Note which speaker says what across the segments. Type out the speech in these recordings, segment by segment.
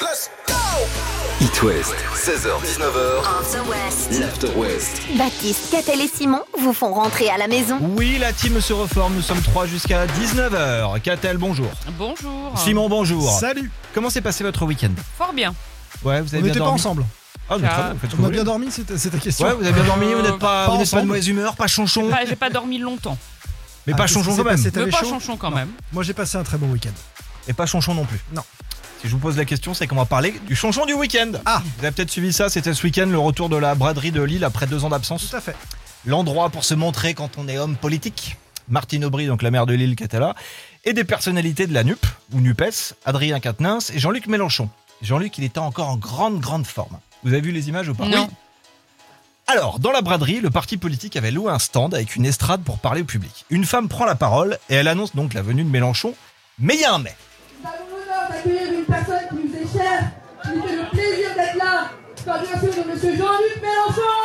Speaker 1: Let's go
Speaker 2: It West, 16h-19h,
Speaker 3: After West.
Speaker 2: l'After West.
Speaker 3: Baptiste, Catel et Simon vous font rentrer à la maison.
Speaker 4: Oui, la team se reforme. Nous sommes trois jusqu'à 19h. Catel, bonjour.
Speaker 5: Ah.
Speaker 6: Bonjour.
Speaker 4: Simon, bonjour.
Speaker 5: Salut
Speaker 4: Comment s'est passé votre week-end
Speaker 6: Fort bien.
Speaker 4: Ouais, vous avez
Speaker 5: On
Speaker 4: bien
Speaker 5: n'était pas
Speaker 4: dormi.
Speaker 5: ensemble.
Speaker 4: Ah, mais très
Speaker 6: Ah.
Speaker 4: bien, vous faites ce que
Speaker 5: On
Speaker 4: vous
Speaker 5: a bien
Speaker 4: voulez.
Speaker 5: dormi, c'est c'est ta question.
Speaker 4: Ouais, vous avez bien dormi. Vous n'êtes pas,
Speaker 5: Pas
Speaker 4: vous n'êtes pas de
Speaker 5: ensemble.
Speaker 4: mauvaise humeur, pas chonchon.
Speaker 6: Enfin, j'ai pas dormi longtemps.
Speaker 4: Mais
Speaker 5: Ah,
Speaker 4: pas
Speaker 5: qu'est-ce
Speaker 4: chonchon quand
Speaker 5: qui s'est
Speaker 4: même.
Speaker 5: passé T'avais
Speaker 6: Mais pas
Speaker 5: chaud
Speaker 6: chanchon quand
Speaker 5: Non.
Speaker 6: même.
Speaker 5: Moi j'ai passé un très bon week-end.
Speaker 4: Et pas chonchon non plus.
Speaker 5: Non.
Speaker 4: Si je vous pose la question, c'est qu'on va parler du chonchon du week-end.
Speaker 5: Ah.
Speaker 4: Vous avez peut-être suivi ça. C'était ce week-end le retour de la braderie de Lille après deux ans d'absence.
Speaker 5: Tout à fait.
Speaker 4: l'endroit pour se montrer quand on est homme politique. Martine Aubry, donc la maire de Lille, qui était là, et des personnalités de la NUP, ou NUPES, Adrien Quatennens et Jean-Luc Mélenchon. Jean-Luc, il était encore en grande, grande forme. Vous avez vu les images ou pas
Speaker 6: Non.
Speaker 4: Oui. Alors, dans la braderie, le parti politique avait loué un stand avec une estrade pour parler au public. Une femme prend la parole et elle annonce donc la venue de Mélenchon, mais il y a un mais.
Speaker 7: Nous avons l'honneur d'accueillir une personne qui nous est chère, qui nous fait le plaisir d'être là, par bien sûr de M. Jean-Luc Mélenchon.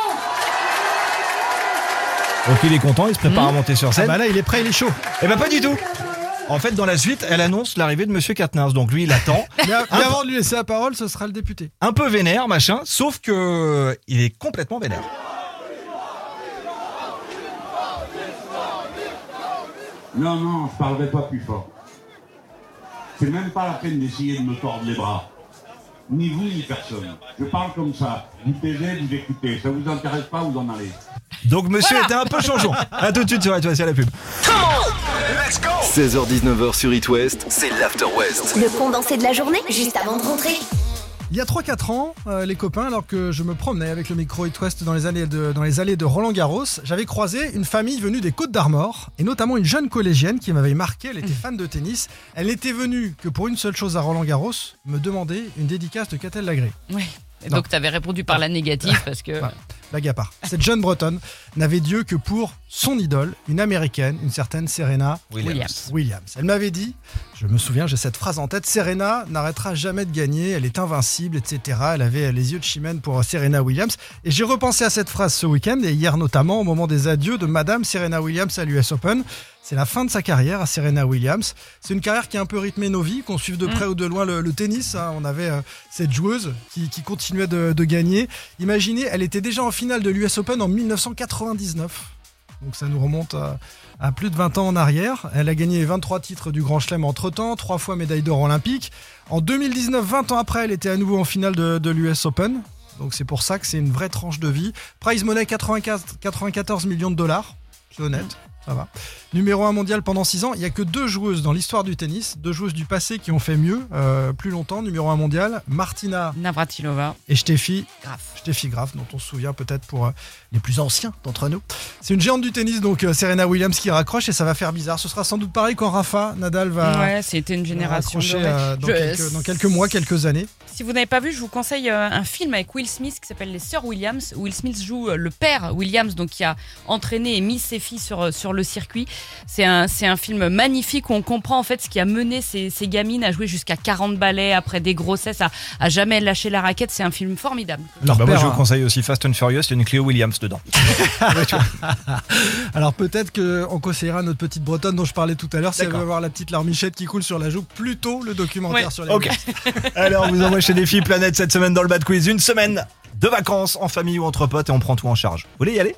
Speaker 4: Donc il est content, il se prépare à monter sur
Speaker 5: Ah
Speaker 4: scène.
Speaker 5: bah là il est prêt, il est chaud.
Speaker 4: Eh ben pas du tout En fait, dans la suite, elle annonce l'arrivée de Monsieur Quatennens, donc lui, il attend.
Speaker 5: Mais, a- mais avant de lui laisser la parole, ce sera le député.
Speaker 4: un peu vénère, machin, sauf que euh, il est complètement vénère.
Speaker 8: Non, non, je parlerai pas plus fort. C'est même pas la peine d'essayer de me tordre les bras. Ni vous, ni personne. Je parle comme ça. Vous taisez, vous écoutez. Ça vous intéresse pas, vous en allez.
Speaker 4: Donc monsieur était un peu changeant. À tout de suite sur la toile, c'est la pub.
Speaker 2: 16h-19h sur It West, c'est l'After West.
Speaker 3: Le condensé de la journée, juste avant de rentrer.
Speaker 5: Il y a 3-4 ans, euh, les copains, alors que je me promenais avec le micro It West dans les allées de, dans les allées de Roland Garros, j'avais croisé une famille venue des Côtes d'Armor, et notamment une jeune collégienne qui m'avait marqué, elle était fan de tennis. Elle n'était venue que pour une seule chose à Roland Garros, me demander une dédicace de Catel Lagré.
Speaker 6: Oui. Et
Speaker 5: Non.
Speaker 6: donc t'avais répondu par la négative parce que. hein.
Speaker 5: Bah, blague à part. Cette jeune bretonne n'avait Dieu que pour son idole, une américaine, une certaine Serena
Speaker 6: Williams.
Speaker 5: Williams. Elle m'avait dit, je me souviens, j'ai cette phrase en tête, Serena n'arrêtera jamais de gagner, elle est invincible, etc. Elle avait les yeux de chimène pour Serena Williams. Et j'ai repensé à cette phrase ce week-end, et hier notamment au moment des adieux de Madame Serena Williams à l'US Open. C'est la fin de sa carrière à Serena Williams. C'est une carrière qui a un peu rythmé nos vies, qu'on suive de près ou de loin le, le tennis. hein. On avait euh, cette joueuse qui, qui continuait de, de gagner. Imaginez, elle était déjà en finale de l'US Open en 1999. Donc ça nous remonte à, à plus de 20 ans en arrière. Elle a gagné 23 titres du Grand Chelem entre-temps, trois fois médaille d'or olympique. En 2019, 20 ans après, elle était à nouveau en finale de, de l'US Open. Donc c'est pour ça que c'est une vraie tranche de vie. Prize money 95 94 millions de dollars. C'est honnête, ça va. Numéro 1 mondial pendant 6 ans. Il n'y a que deux joueuses dans l'histoire du tennis, deux joueuses du passé qui ont fait mieux, euh, plus longtemps. Numéro 1 mondial, Martina
Speaker 6: Navratilova.
Speaker 5: et Steffi
Speaker 6: Grave.
Speaker 5: Steffi Graf, dont on se souvient peut-être pour euh, les plus anciens d'entre nous. C'est une géante du tennis, donc euh, Serena Williams qui raccroche et ça va faire bizarre. Ce sera sans doute pareil quand Rafa Nadal Ah. va euh,
Speaker 6: ouais, c'était une génération.
Speaker 5: raccrocher
Speaker 6: dorée.
Speaker 5: euh, dans,
Speaker 6: Je-
Speaker 5: quelques, dans quelques mois, quelques années.
Speaker 4: Ah
Speaker 6: Si vous n'avez pas vu, je vous conseille euh, un film avec Will Smith qui s'appelle Les Sœurs Williams. Will Smith joue euh, le père Williams, donc qui a entraîné et mis ses filles sur, euh, sur le circuit. C'est un, c'est un film magnifique où on comprend en fait ce qui a mené ces, ces gamines à jouer jusqu'à 40 ballets après des grossesses, à, à jamais lâcher la raquette. C'est un film formidable.
Speaker 5: Leur
Speaker 4: Bah, moi,
Speaker 5: père,
Speaker 4: je vous
Speaker 5: hein.
Speaker 4: conseille aussi Fast and Furious, il y a une Cléo Williams dedans.
Speaker 5: Alors peut-être qu'on conseillera notre petite Bretonne dont je parlais tout à l'heure si elle veut
Speaker 4: D'accord.
Speaker 5: avoir la petite larmichette qui coule sur la joue, plutôt le documentaire
Speaker 6: Ouais.
Speaker 5: sur les
Speaker 4: Ok. Alors, vous envoyez chez Défi Planète cette semaine dans le Bad Quiz. Une semaine de vacances en famille ou entre potes et on prend tout en charge. Vous voulez y aller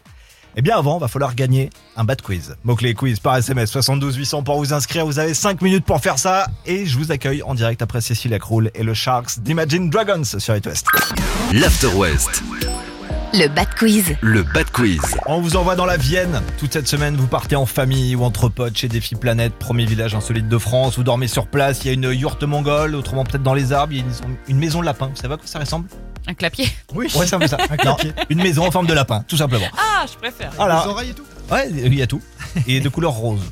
Speaker 4: Eh bien, avant, va falloir gagner un Bad Quiz. Mot-clé quiz par SMS 72 800 pour vous inscrire. Vous avez 5 minutes pour faire ça. Et je vous accueille en direct après Cécile Acroul et le Sharks d'Imagine Dragons sur It West.
Speaker 2: L'After West,
Speaker 3: Le Bad Quiz.
Speaker 2: le Bad Quiz.
Speaker 4: On vous envoie dans la Vienne. Toute cette semaine, vous partez en famille ou entre potes chez Défi Planète, premier village insolite de France. Vous dormez sur place. Il y a une yourte mongole, autrement peut-être dans les arbres. Il y a une, une maison de lapin. Vous savez à quoi ça ressemble
Speaker 6: Un clapier.
Speaker 5: Oui,
Speaker 4: Ouais, c'est un peu ça. Non, une maison en forme de lapin, tout simplement.
Speaker 6: Ah, je préfère.
Speaker 5: les
Speaker 4: Voilà.
Speaker 5: oreilles et tout.
Speaker 4: Ouais, il y a tout. Et de couleur rose.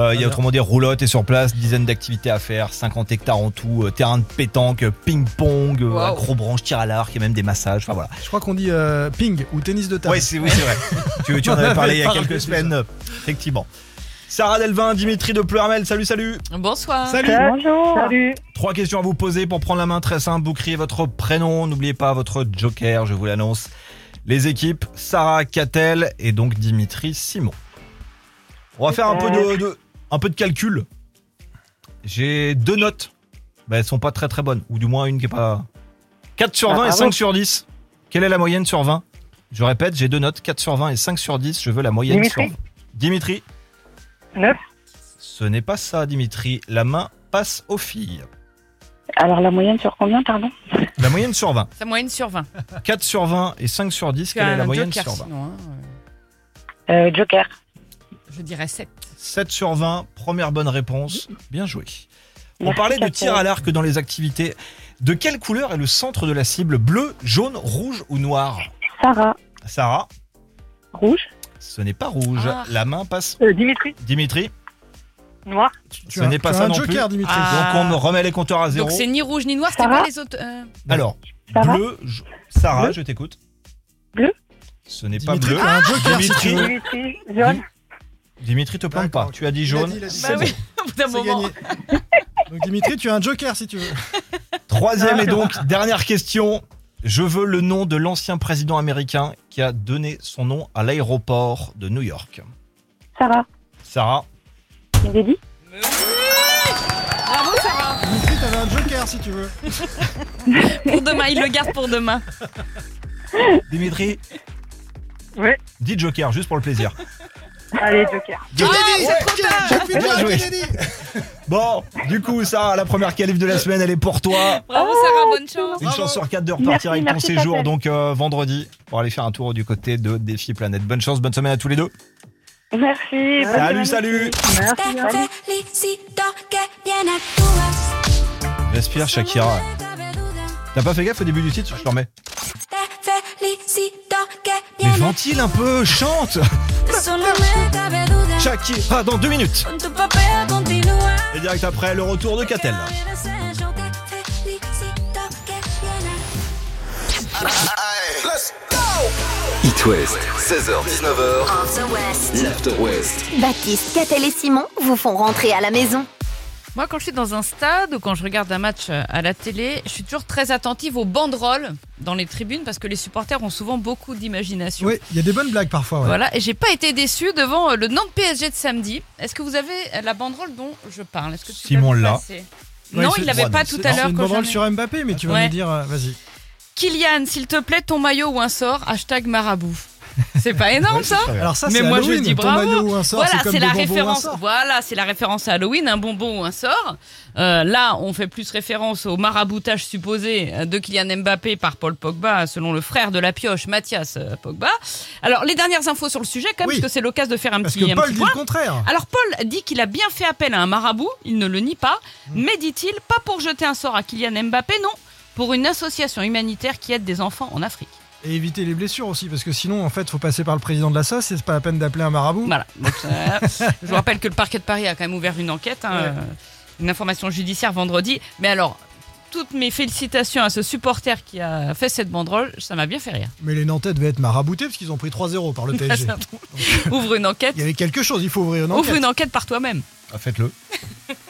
Speaker 4: Euh, il y a autrement dit roulotte et sur place, dizaines d'activités à faire, 50 hectares en tout, euh, terrain de pétanque, euh, ping-pong, euh,
Speaker 6: Wow.
Speaker 4: acrobranche, tir à l'arc et même des massages. Enfin voilà.
Speaker 5: Je crois qu'on dit euh, ping ou tennis de table.
Speaker 4: Ouais, c'est, oui, c'est vrai. tu, tu en
Speaker 5: On
Speaker 4: avais
Speaker 5: avait
Speaker 4: parlé il y a
Speaker 5: parlé
Speaker 4: quelques
Speaker 5: déjà.
Speaker 4: semaines, euh, effectivement. Sarah Delvin, Dimitri de Pleurmel, salut, salut.
Speaker 6: Bonsoir.
Speaker 5: Salut
Speaker 7: Bonjour. Salut.
Speaker 4: Trois questions à vous poser pour prendre la main très simple. Vous criez votre prénom, n'oubliez pas votre joker, je vous l'annonce. Les équipes, Sarah Cattel et donc Dimitri Simon. On va faire un peu de, de- un peu de calcul. J'ai deux notes bah, elles sont pas très très bonnes. Ou du moins une qui est pas. 4 sur 20 et 5 sur 10. Quelle est la moyenne sur 20 Je répète, j'ai deux notes, 4 sur 20 et 5 sur 10. Je veux la moyenne
Speaker 1: Dimitri.
Speaker 4: sur 20. Dimitri,
Speaker 1: 9.
Speaker 4: ce n'est pas ça, Dimitri. La main passe aux filles.
Speaker 1: Alors la moyenne sur combien, pardon
Speaker 4: La moyenne sur 20.
Speaker 6: Ça moyenne sur 20.
Speaker 4: 4 sur 20 et 5 sur 10.
Speaker 6: Tu
Speaker 4: Quelle
Speaker 6: as
Speaker 4: est la
Speaker 6: un
Speaker 4: moyenne
Speaker 6: joker
Speaker 4: sur 20
Speaker 6: sinon. hein.
Speaker 1: Euh, Joker.
Speaker 6: Je dirais 7.
Speaker 4: 7 sur 20, première bonne réponse. Bien joué. On
Speaker 1: Merci,
Speaker 4: parlait de
Speaker 1: Catherine.
Speaker 4: tir à l'arc dans les activités. De quelle couleur est le centre de la cible Bleu, jaune, rouge ou noir
Speaker 1: Sarah.
Speaker 4: Sarah,
Speaker 1: Rouge.
Speaker 4: ce n'est pas rouge.
Speaker 6: Ah.
Speaker 4: La main passe.
Speaker 1: Euh, Dimitri.
Speaker 4: Dimitri,
Speaker 1: Noir.
Speaker 4: ce n'est pas
Speaker 5: tu as
Speaker 4: ça
Speaker 5: un
Speaker 4: non
Speaker 5: joker,
Speaker 4: plus.
Speaker 5: Dimitri.
Speaker 6: Ah.
Speaker 4: Donc on me remet les compteurs à zéro.
Speaker 6: Donc c'est ni rouge ni noir, c'était
Speaker 1: Sarah
Speaker 6: pas les autres. euh,
Speaker 4: Alors,
Speaker 1: Sarah
Speaker 4: bleu, j- Sarah,
Speaker 1: Bleu
Speaker 4: je t'écoute.
Speaker 1: Bleu
Speaker 4: Ce n'est pas
Speaker 5: Dimitri,
Speaker 4: bleu.
Speaker 5: tu as un joker, si tu
Speaker 4: Dimitri,
Speaker 5: veux.
Speaker 1: Dimitri. Jaune.
Speaker 4: Dimitri te plante
Speaker 5: D'accord,
Speaker 4: pas.
Speaker 5: ok.
Speaker 4: Tu as dit
Speaker 5: Il a
Speaker 4: jaune.
Speaker 5: dit, il a dit,
Speaker 6: Bah
Speaker 5: c'est
Speaker 6: oui,
Speaker 5: bon,
Speaker 6: au bout d'un
Speaker 5: c'est
Speaker 6: moment.
Speaker 5: gagné. Donc Dimitri, tu as un joker si tu veux.
Speaker 4: Troisième et donc dernière question. Je veux le nom de l'ancien président américain qui a donné son nom à l'aéroport de New York.
Speaker 1: Sarah.
Speaker 4: Sarah,
Speaker 1: Kennedy.
Speaker 6: Bravo Sarah
Speaker 5: Dimitri, tu avais un joker si tu veux.
Speaker 6: Pour demain, il le garde pour demain.
Speaker 4: Dimitri,
Speaker 1: Ouais.
Speaker 4: dis Joker juste pour le plaisir.
Speaker 1: Allez, Joker.
Speaker 6: Ah,
Speaker 1: Ah,
Speaker 6: c'est trop tard.
Speaker 5: Kennedy,
Speaker 4: Bien
Speaker 5: Kennedy,
Speaker 4: joué.
Speaker 5: Kennedy.
Speaker 4: Bon, du coup, Sarah, la première qualif de la semaine, elle est pour toi.
Speaker 6: Bravo
Speaker 5: Oh,
Speaker 6: Sarah, bonne chance.
Speaker 4: Une
Speaker 5: Bravo.
Speaker 4: chance sur quatre de repartir
Speaker 1: Merci,
Speaker 4: avec
Speaker 1: merci,
Speaker 4: ton séjour,
Speaker 1: Pascal.
Speaker 4: donc euh, vendredi, pour aller faire un tour du côté de Défi Planète. Bonne chance, bonne semaine à tous les deux.
Speaker 1: Merci.
Speaker 4: Salut,
Speaker 1: bonne semaine.
Speaker 4: salut.
Speaker 1: Merci. salut.
Speaker 9: felicito que bien actúas.
Speaker 4: Respire, Shakira. T'as pas fait gaffe au début du titre Je te remets.
Speaker 9: Te felicito que
Speaker 4: Mais
Speaker 9: bien
Speaker 4: ventile un peu, chante
Speaker 9: actúas. Solo me cabe duda.
Speaker 4: Shakira dans deux minutes.
Speaker 9: Con tu papel continúa.
Speaker 4: Et direct après, le retour de Catel.
Speaker 9: Te felicito que bien actúas.
Speaker 2: It West, 16h-19h, l'After West.
Speaker 3: Baptiste, Catel et Simon vous font rentrer à la maison.
Speaker 6: Moi, quand je suis dans un stade ou quand je regarde un match euh, à la télé, je suis toujours très attentive aux banderoles dans les tribunes parce que les supporters ont souvent beaucoup d'imagination.
Speaker 5: Oui, il y a des bonnes blagues parfois. ouais.
Speaker 6: Voilà, et j'ai pas été déçu devant euh, le Nantes PSG de samedi. Est-ce que vous avez euh, la banderole dont je parle Est-ce que tu peux
Speaker 4: Simon
Speaker 6: me
Speaker 4: l'a.
Speaker 6: passer
Speaker 5: Ouais,
Speaker 6: Non,
Speaker 5: c'est-
Speaker 6: il l'avait
Speaker 4: ouais,
Speaker 6: pas
Speaker 4: c'est-
Speaker 6: tout
Speaker 5: C'est
Speaker 6: à l'heure.
Speaker 5: une
Speaker 6: quand j'en
Speaker 5: banderole
Speaker 6: ai-
Speaker 5: sur Mbappé, mais tu vas
Speaker 6: Ouais.
Speaker 5: me dire, euh, vas-y.
Speaker 6: Kylian, s'il te plaît, ton maillot ou un sort, hashtag marabout. C'est pas énorme ça
Speaker 5: Alors ça,
Speaker 6: Mais
Speaker 5: c'est
Speaker 6: moi, je
Speaker 5: Halloween,
Speaker 6: dis
Speaker 5: ton
Speaker 6: bravo.
Speaker 5: maillot ou un sort,
Speaker 6: Voilà,
Speaker 5: c'est comme
Speaker 6: c'est
Speaker 5: des
Speaker 6: la
Speaker 5: bonbons ou un
Speaker 6: référence.
Speaker 5: sort.
Speaker 6: Voilà, c'est la référence à Halloween, un bonbon ou un sort. Euh, là, on fait plus référence au maraboutage supposé euh, de Kylian Mbappé par Paul Pogba, selon le frère de la pioche, Mathias euh, Pogba. Alors, les dernières infos sur le sujet, quand même,
Speaker 5: Oui.
Speaker 6: parce que c'est l'occasion de faire un
Speaker 5: Parce
Speaker 6: petit,
Speaker 5: que
Speaker 6: un
Speaker 5: Paul
Speaker 6: petit
Speaker 5: dit
Speaker 6: point.
Speaker 5: le contraire.
Speaker 6: Alors Paul dit qu'il a bien fait appel à un marabout, il ne le nie pas,
Speaker 5: Mmh.
Speaker 6: mais dit-il, pas pour jeter un sort à Kylian Mbappé, non, pour une association humanitaire qui aide des enfants en Afrique.
Speaker 5: Et éviter les blessures aussi, parce que sinon, en fait, faut passer par le président de la SAS, et c'est pas la peine d'appeler un marabout.
Speaker 6: Voilà. Donc, euh, je vous rappelle que le parquet de Paris a quand même ouvert une enquête, hein, euh, une information judiciaire vendredi. Mais alors, toutes mes félicitations à ce supporter qui a fait cette banderole, ça m'a bien fait rire.
Speaker 5: Mais les Nantais devaient être maraboutés, parce qu'ils ont pris 3-0 par le PSG.
Speaker 6: Ouvre une enquête,
Speaker 5: Il y avait quelque chose, il faut ouvrir une
Speaker 6: ouvre
Speaker 5: enquête.
Speaker 6: une enquête par toi-même.
Speaker 4: Ah, Faites-le.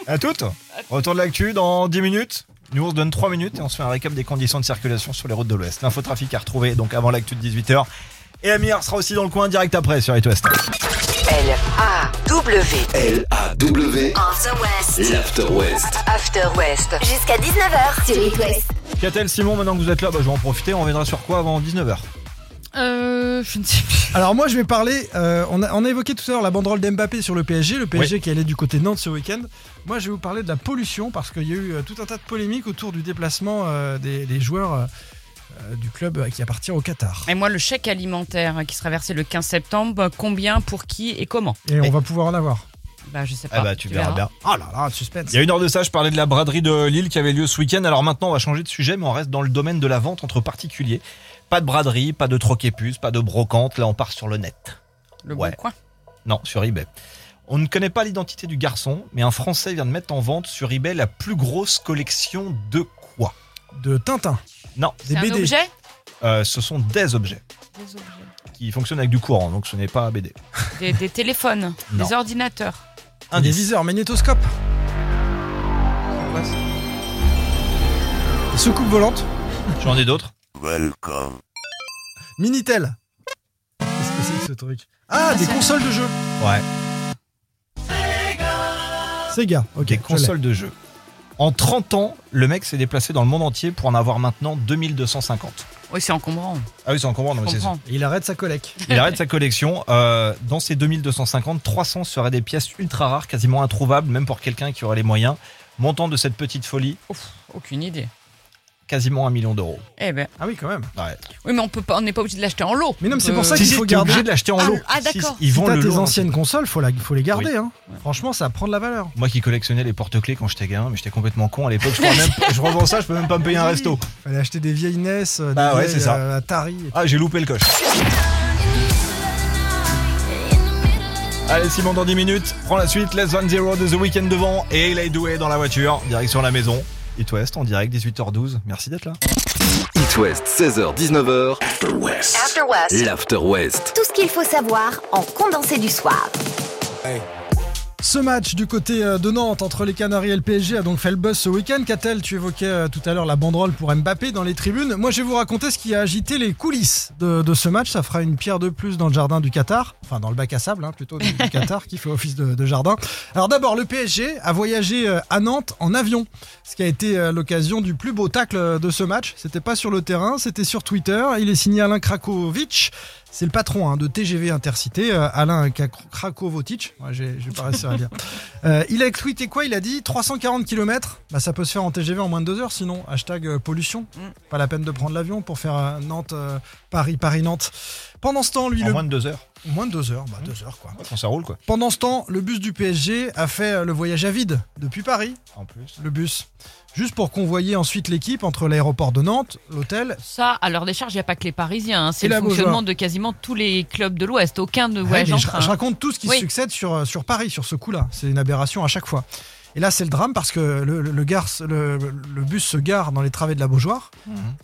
Speaker 4: à toutes. Retour de l'actu dans 10 minutes. Nous, on se donne 3 minutes et on se fait un récap des conditions de circulation sur les routes de l'Ouest. L'infotrafic à retrouver donc avant l'actu de 18h. Et Amir sera aussi dans le coin direct après sur It West.
Speaker 10: L-A-W.
Speaker 2: L-A-W,
Speaker 3: On the West.
Speaker 2: l'After West.
Speaker 10: After West.
Speaker 3: Jusqu'à 19h sur It West.
Speaker 4: Catel, Simon, maintenant que vous êtes là, bah, je vais en profiter. On reviendra sur quoi avant 19h
Speaker 6: Euh, je ne sais plus.
Speaker 5: Alors moi, je vais parler, euh, on, a, on a évoqué tout à l'heure la banderole d'Mbappé sur le PSG, le PSG qui allait du côté de Nantes ce week-end. Moi, je vais vous parler de la pollution, parce qu'il y a eu euh, tout un tas de polémiques autour du déplacement euh, des, des joueurs euh, euh, du club euh, qui appartient au Qatar.
Speaker 6: Et moi, le chèque alimentaire qui sera versé le 15 septembre, bah, combien, pour qui et comment
Speaker 5: Et on va pouvoir en avoir.
Speaker 6: Bah, je sais pas.
Speaker 4: Ah bah, tu, verras bien.
Speaker 5: Oh là là, le suspense.
Speaker 4: Il y a une heure de ça, je parlais de la braderie de Lille qui avait lieu ce week-end. Alors maintenant, on va changer de sujet, mais on reste dans le domaine de la vente entre particuliers. Pas de braderie, pas de troquépus, pas de brocante. Là, on part sur le net.
Speaker 6: Le
Speaker 4: Ouais.
Speaker 6: bon coin.
Speaker 4: Non, sur eBay. On ne connaît pas l'identité du garçon, mais un Français vient de mettre en vente sur eBay la plus grosse collection de quoi
Speaker 5: De Tintin,
Speaker 4: Non,
Speaker 5: des
Speaker 6: C'est un
Speaker 5: BD.
Speaker 6: objet
Speaker 4: euh, ce sont des objets
Speaker 6: Des objets.
Speaker 4: qui fonctionnent avec du courant, donc ce n'est pas BD.
Speaker 6: Des, des téléphones,
Speaker 4: Non.
Speaker 6: des ordinateurs.
Speaker 5: Un des viseurs, magnétoscope. Soucoupe volante,
Speaker 4: J'en ai d'autres.
Speaker 5: Minitel. Qu'est-ce que c'est que ce truc Ah, des consoles de jeux.
Speaker 4: Ouais,
Speaker 5: Sega, ok.
Speaker 4: des
Speaker 5: je l'ai.
Speaker 4: consoles de jeu. En 30 ans, le mec s'est déplacé dans le monde entier pour en avoir maintenant 2250.
Speaker 6: Oui, c'est encombrant.
Speaker 4: Ah oui, c'est encore moins, non,
Speaker 6: Je
Speaker 4: mais c'est-
Speaker 6: comprends.
Speaker 5: Et il arrête sa collecte.
Speaker 4: Il arrête sa collection. Euh, dans ces 2250, 300 seraient des pièces ultra rares, quasiment introuvables, même pour quelqu'un qui aurait les moyens. Montant de cette petite folie,
Speaker 6: Ouf, aucune idée.
Speaker 4: quasiment un million d'euros.
Speaker 6: Eh ben,
Speaker 5: Ah oui, quand même.
Speaker 4: Ouais.
Speaker 6: oui, mais on peut pas, on n'est pas obligé de l'acheter en lot.
Speaker 5: Mais non, mais c'est
Speaker 6: Euh,
Speaker 5: pour ça
Speaker 4: Si,
Speaker 5: qu'il
Speaker 4: si,
Speaker 5: faut
Speaker 4: t'es
Speaker 5: garder.
Speaker 4: obligé de l'acheter en
Speaker 6: Ah,
Speaker 4: lot.
Speaker 6: ah,
Speaker 4: Si, si,
Speaker 6: d'accord.
Speaker 4: Ils
Speaker 5: Si
Speaker 4: vendent
Speaker 5: t'as
Speaker 4: le
Speaker 5: tes
Speaker 4: lot. hein,
Speaker 5: anciennes consoles, faut, la, faut les garder.
Speaker 4: Oui.
Speaker 5: Hein. Franchement, ça prend de la valeur.
Speaker 4: Moi qui collectionnais les porte-clés quand j'étais gamin, mais j'étais complètement con à l'époque. Je, crois même- je revends ça, je peux même pas me payer un resto.
Speaker 5: Fallait acheter des vieilles NES, euh, des
Speaker 4: Bah ouais,
Speaker 5: vieilles,
Speaker 4: c'est ça.
Speaker 5: euh, Atari.
Speaker 4: Ah, j'ai loupé le coche. Allez, Simon, dans 10 minutes, prends la suite. Les 1 0 de The Weeknd devant et Eli Doué dans la voiture, direction la maison. It West en direct, 18h12. Merci d'être là.
Speaker 2: It West, 16h-19h. After West.
Speaker 3: After West.
Speaker 2: L'After West.
Speaker 3: Tout ce qu'il faut savoir en condensé du soir.
Speaker 5: Ce match du côté euh, de Nantes entre les Canaries et le PSG a donc fait le buzz ce week-end. Catel, tu évoquais euh, tout à l'heure la banderole pour Mbappé dans les tribunes. Moi, je vais vous raconter ce qui a agité les coulisses de, de ce match. Ça fera une pierre de plus dans le jardin du Qatar, enfin dans le bac à sable hein, plutôt du, du Qatar qui fait office de, de jardin. Alors d'abord, le PSG a voyagé euh, à Nantes en avion, ce qui a été euh, l'occasion du plus beau tacle euh, de ce match. C'était pas sur le terrain, c'était sur Twitter. Il est signé Alain Krakovic. C'est le patron hein, de TGV Intercité, euh, Alain Krak- Krakovotic. Ouais, j'ai- j'ai pas réussi à le dire. Euh, il a tweeté quoi Il a dit 340 km. Bah, ça peut se faire en TGV en moins de deux heures, sinon. Hashtag euh, pollution. Pas la peine de prendre l'avion pour faire euh, Nantes, euh, Paris, Paris, Nantes. Pendant ce temps, lui,
Speaker 4: En
Speaker 5: le...
Speaker 4: moins de deux heures,
Speaker 5: moins de deux heures, bah, deux heures quoi.
Speaker 4: quand ça roule, quoi.
Speaker 5: Pendant ce temps, le bus du PSG a fait euh, le voyage à vide depuis Paris
Speaker 4: En plus.
Speaker 5: le bus. Juste pour convoyer ensuite l'équipe entre l'aéroport de Nantes, l'hôtel.
Speaker 6: Ça, à leur décharge, il n'y a pas que les Parisiens. hein. C'est
Speaker 5: Et
Speaker 6: le
Speaker 5: la Beaujoire.
Speaker 6: fonctionnement de quasiment tous les clubs de l'Ouest. Aucun ne
Speaker 5: Ouais, mais
Speaker 6: voyage
Speaker 5: je,
Speaker 6: en
Speaker 5: je
Speaker 6: train.
Speaker 5: raconte tout ce qui
Speaker 6: Oui.
Speaker 5: succède sur, euh, sur Paris, sur ce coup-là. C'est une aberration à chaque fois. Et là, c'est le drame parce que le, le- le gare se- le- le bus se gare dans les travées de la Beaujoire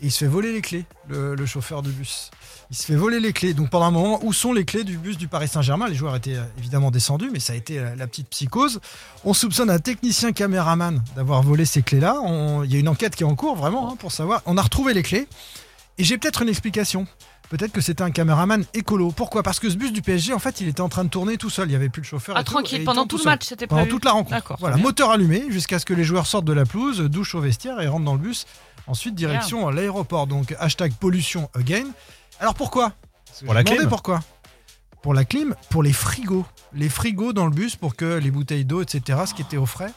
Speaker 5: et il se fait voler les clés, le, le chauffeur du bus. Il se fait voler les clés. Donc pendant un moment, où sont les clés du bus du Paris Saint-Germain Les joueurs étaient euh, évidemment descendus, mais ça a été euh, la petite psychose. On soupçonne un technicien caméraman d'avoir volé ces clés-là. On- Il y a une enquête qui est en cours, vraiment, hein, pour savoir. On a retrouvé les clés. Et j'ai peut-être une explication. Peut-être que c'était un caméraman écolo. Pourquoi Parce que ce bus du PSG, en fait, il était en train de tourner tout seul. Il n'y avait plus de chauffeur.
Speaker 6: Ah,
Speaker 5: et tout, et il
Speaker 6: tranquille,
Speaker 5: était
Speaker 6: pendant tout le
Speaker 5: seul.
Speaker 6: match, c'était
Speaker 5: Pendant
Speaker 6: prévu.
Speaker 5: toute la rencontre.
Speaker 6: D'accord,
Speaker 5: Voilà,
Speaker 6: très bien.
Speaker 5: moteur allumé jusqu'à ce que les joueurs sortent de la pelouse, douche au vestiaire et rentrent dans le bus. Ensuite, direction l'aéroport. Donc, hashtag pollution again. Alors pourquoi Parce que
Speaker 4: Pour
Speaker 5: je
Speaker 4: la
Speaker 5: me demandais
Speaker 4: clim
Speaker 5: Pourquoi Pour la clim, pour les frigos. Les frigos dans le bus pour que les bouteilles d'eau, etc., ce qui était au frais,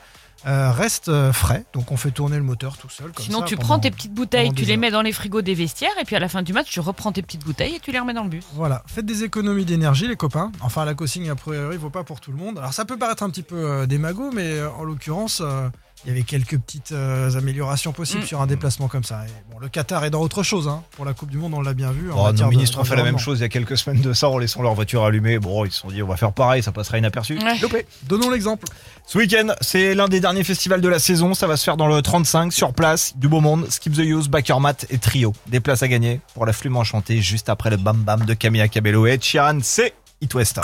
Speaker 5: euh, reste euh, frais. Donc, on fait tourner le moteur tout seul. comme
Speaker 6: Sinon,
Speaker 5: ça,
Speaker 6: tu
Speaker 5: pendant-
Speaker 6: prends tes petites bouteilles,
Speaker 5: pendant
Speaker 6: tu
Speaker 5: des
Speaker 6: les
Speaker 5: heures.
Speaker 6: mets dans les frigos des vestiaires, et puis à la fin du match, tu reprends tes petites bouteilles et tu les remets dans le bus.
Speaker 5: Voilà, faites des économies d'énergie, les copains. Enfin, la consigne, a priori, vaut pas pour tout le monde. Alors, ça peut paraître un petit peu euh, démago, mais euh, en l'occurrence, euh, il y avait quelques petites euh, améliorations possibles
Speaker 6: Mm.
Speaker 5: sur un déplacement comme ça. Et bon, le Qatar est dans autre chose. hein. Pour la Coupe du Monde, on l'a bien vu. en
Speaker 4: Bon,
Speaker 5: matière
Speaker 4: Oh, nos
Speaker 5: de-
Speaker 4: ministres ont fait la même
Speaker 5: d'environnement.
Speaker 4: chose il y a quelques semaines de ça en laissant leur voiture allumée. Bon, ils se sont dit, on va faire pareil, ça passera inaperçu.
Speaker 6: Ouais.
Speaker 4: Loupé.
Speaker 5: Donnons l'exemple.
Speaker 4: Ce week-end, c'est l'un des derniers festivals de la saison. Ça va se faire dans le 35, sur place, du beau monde, Skip the Use, Mat et Trio. Des places à gagner pour la flume enchantée juste après le bam bam de Camilla Cabello et Chiran. C'est It West.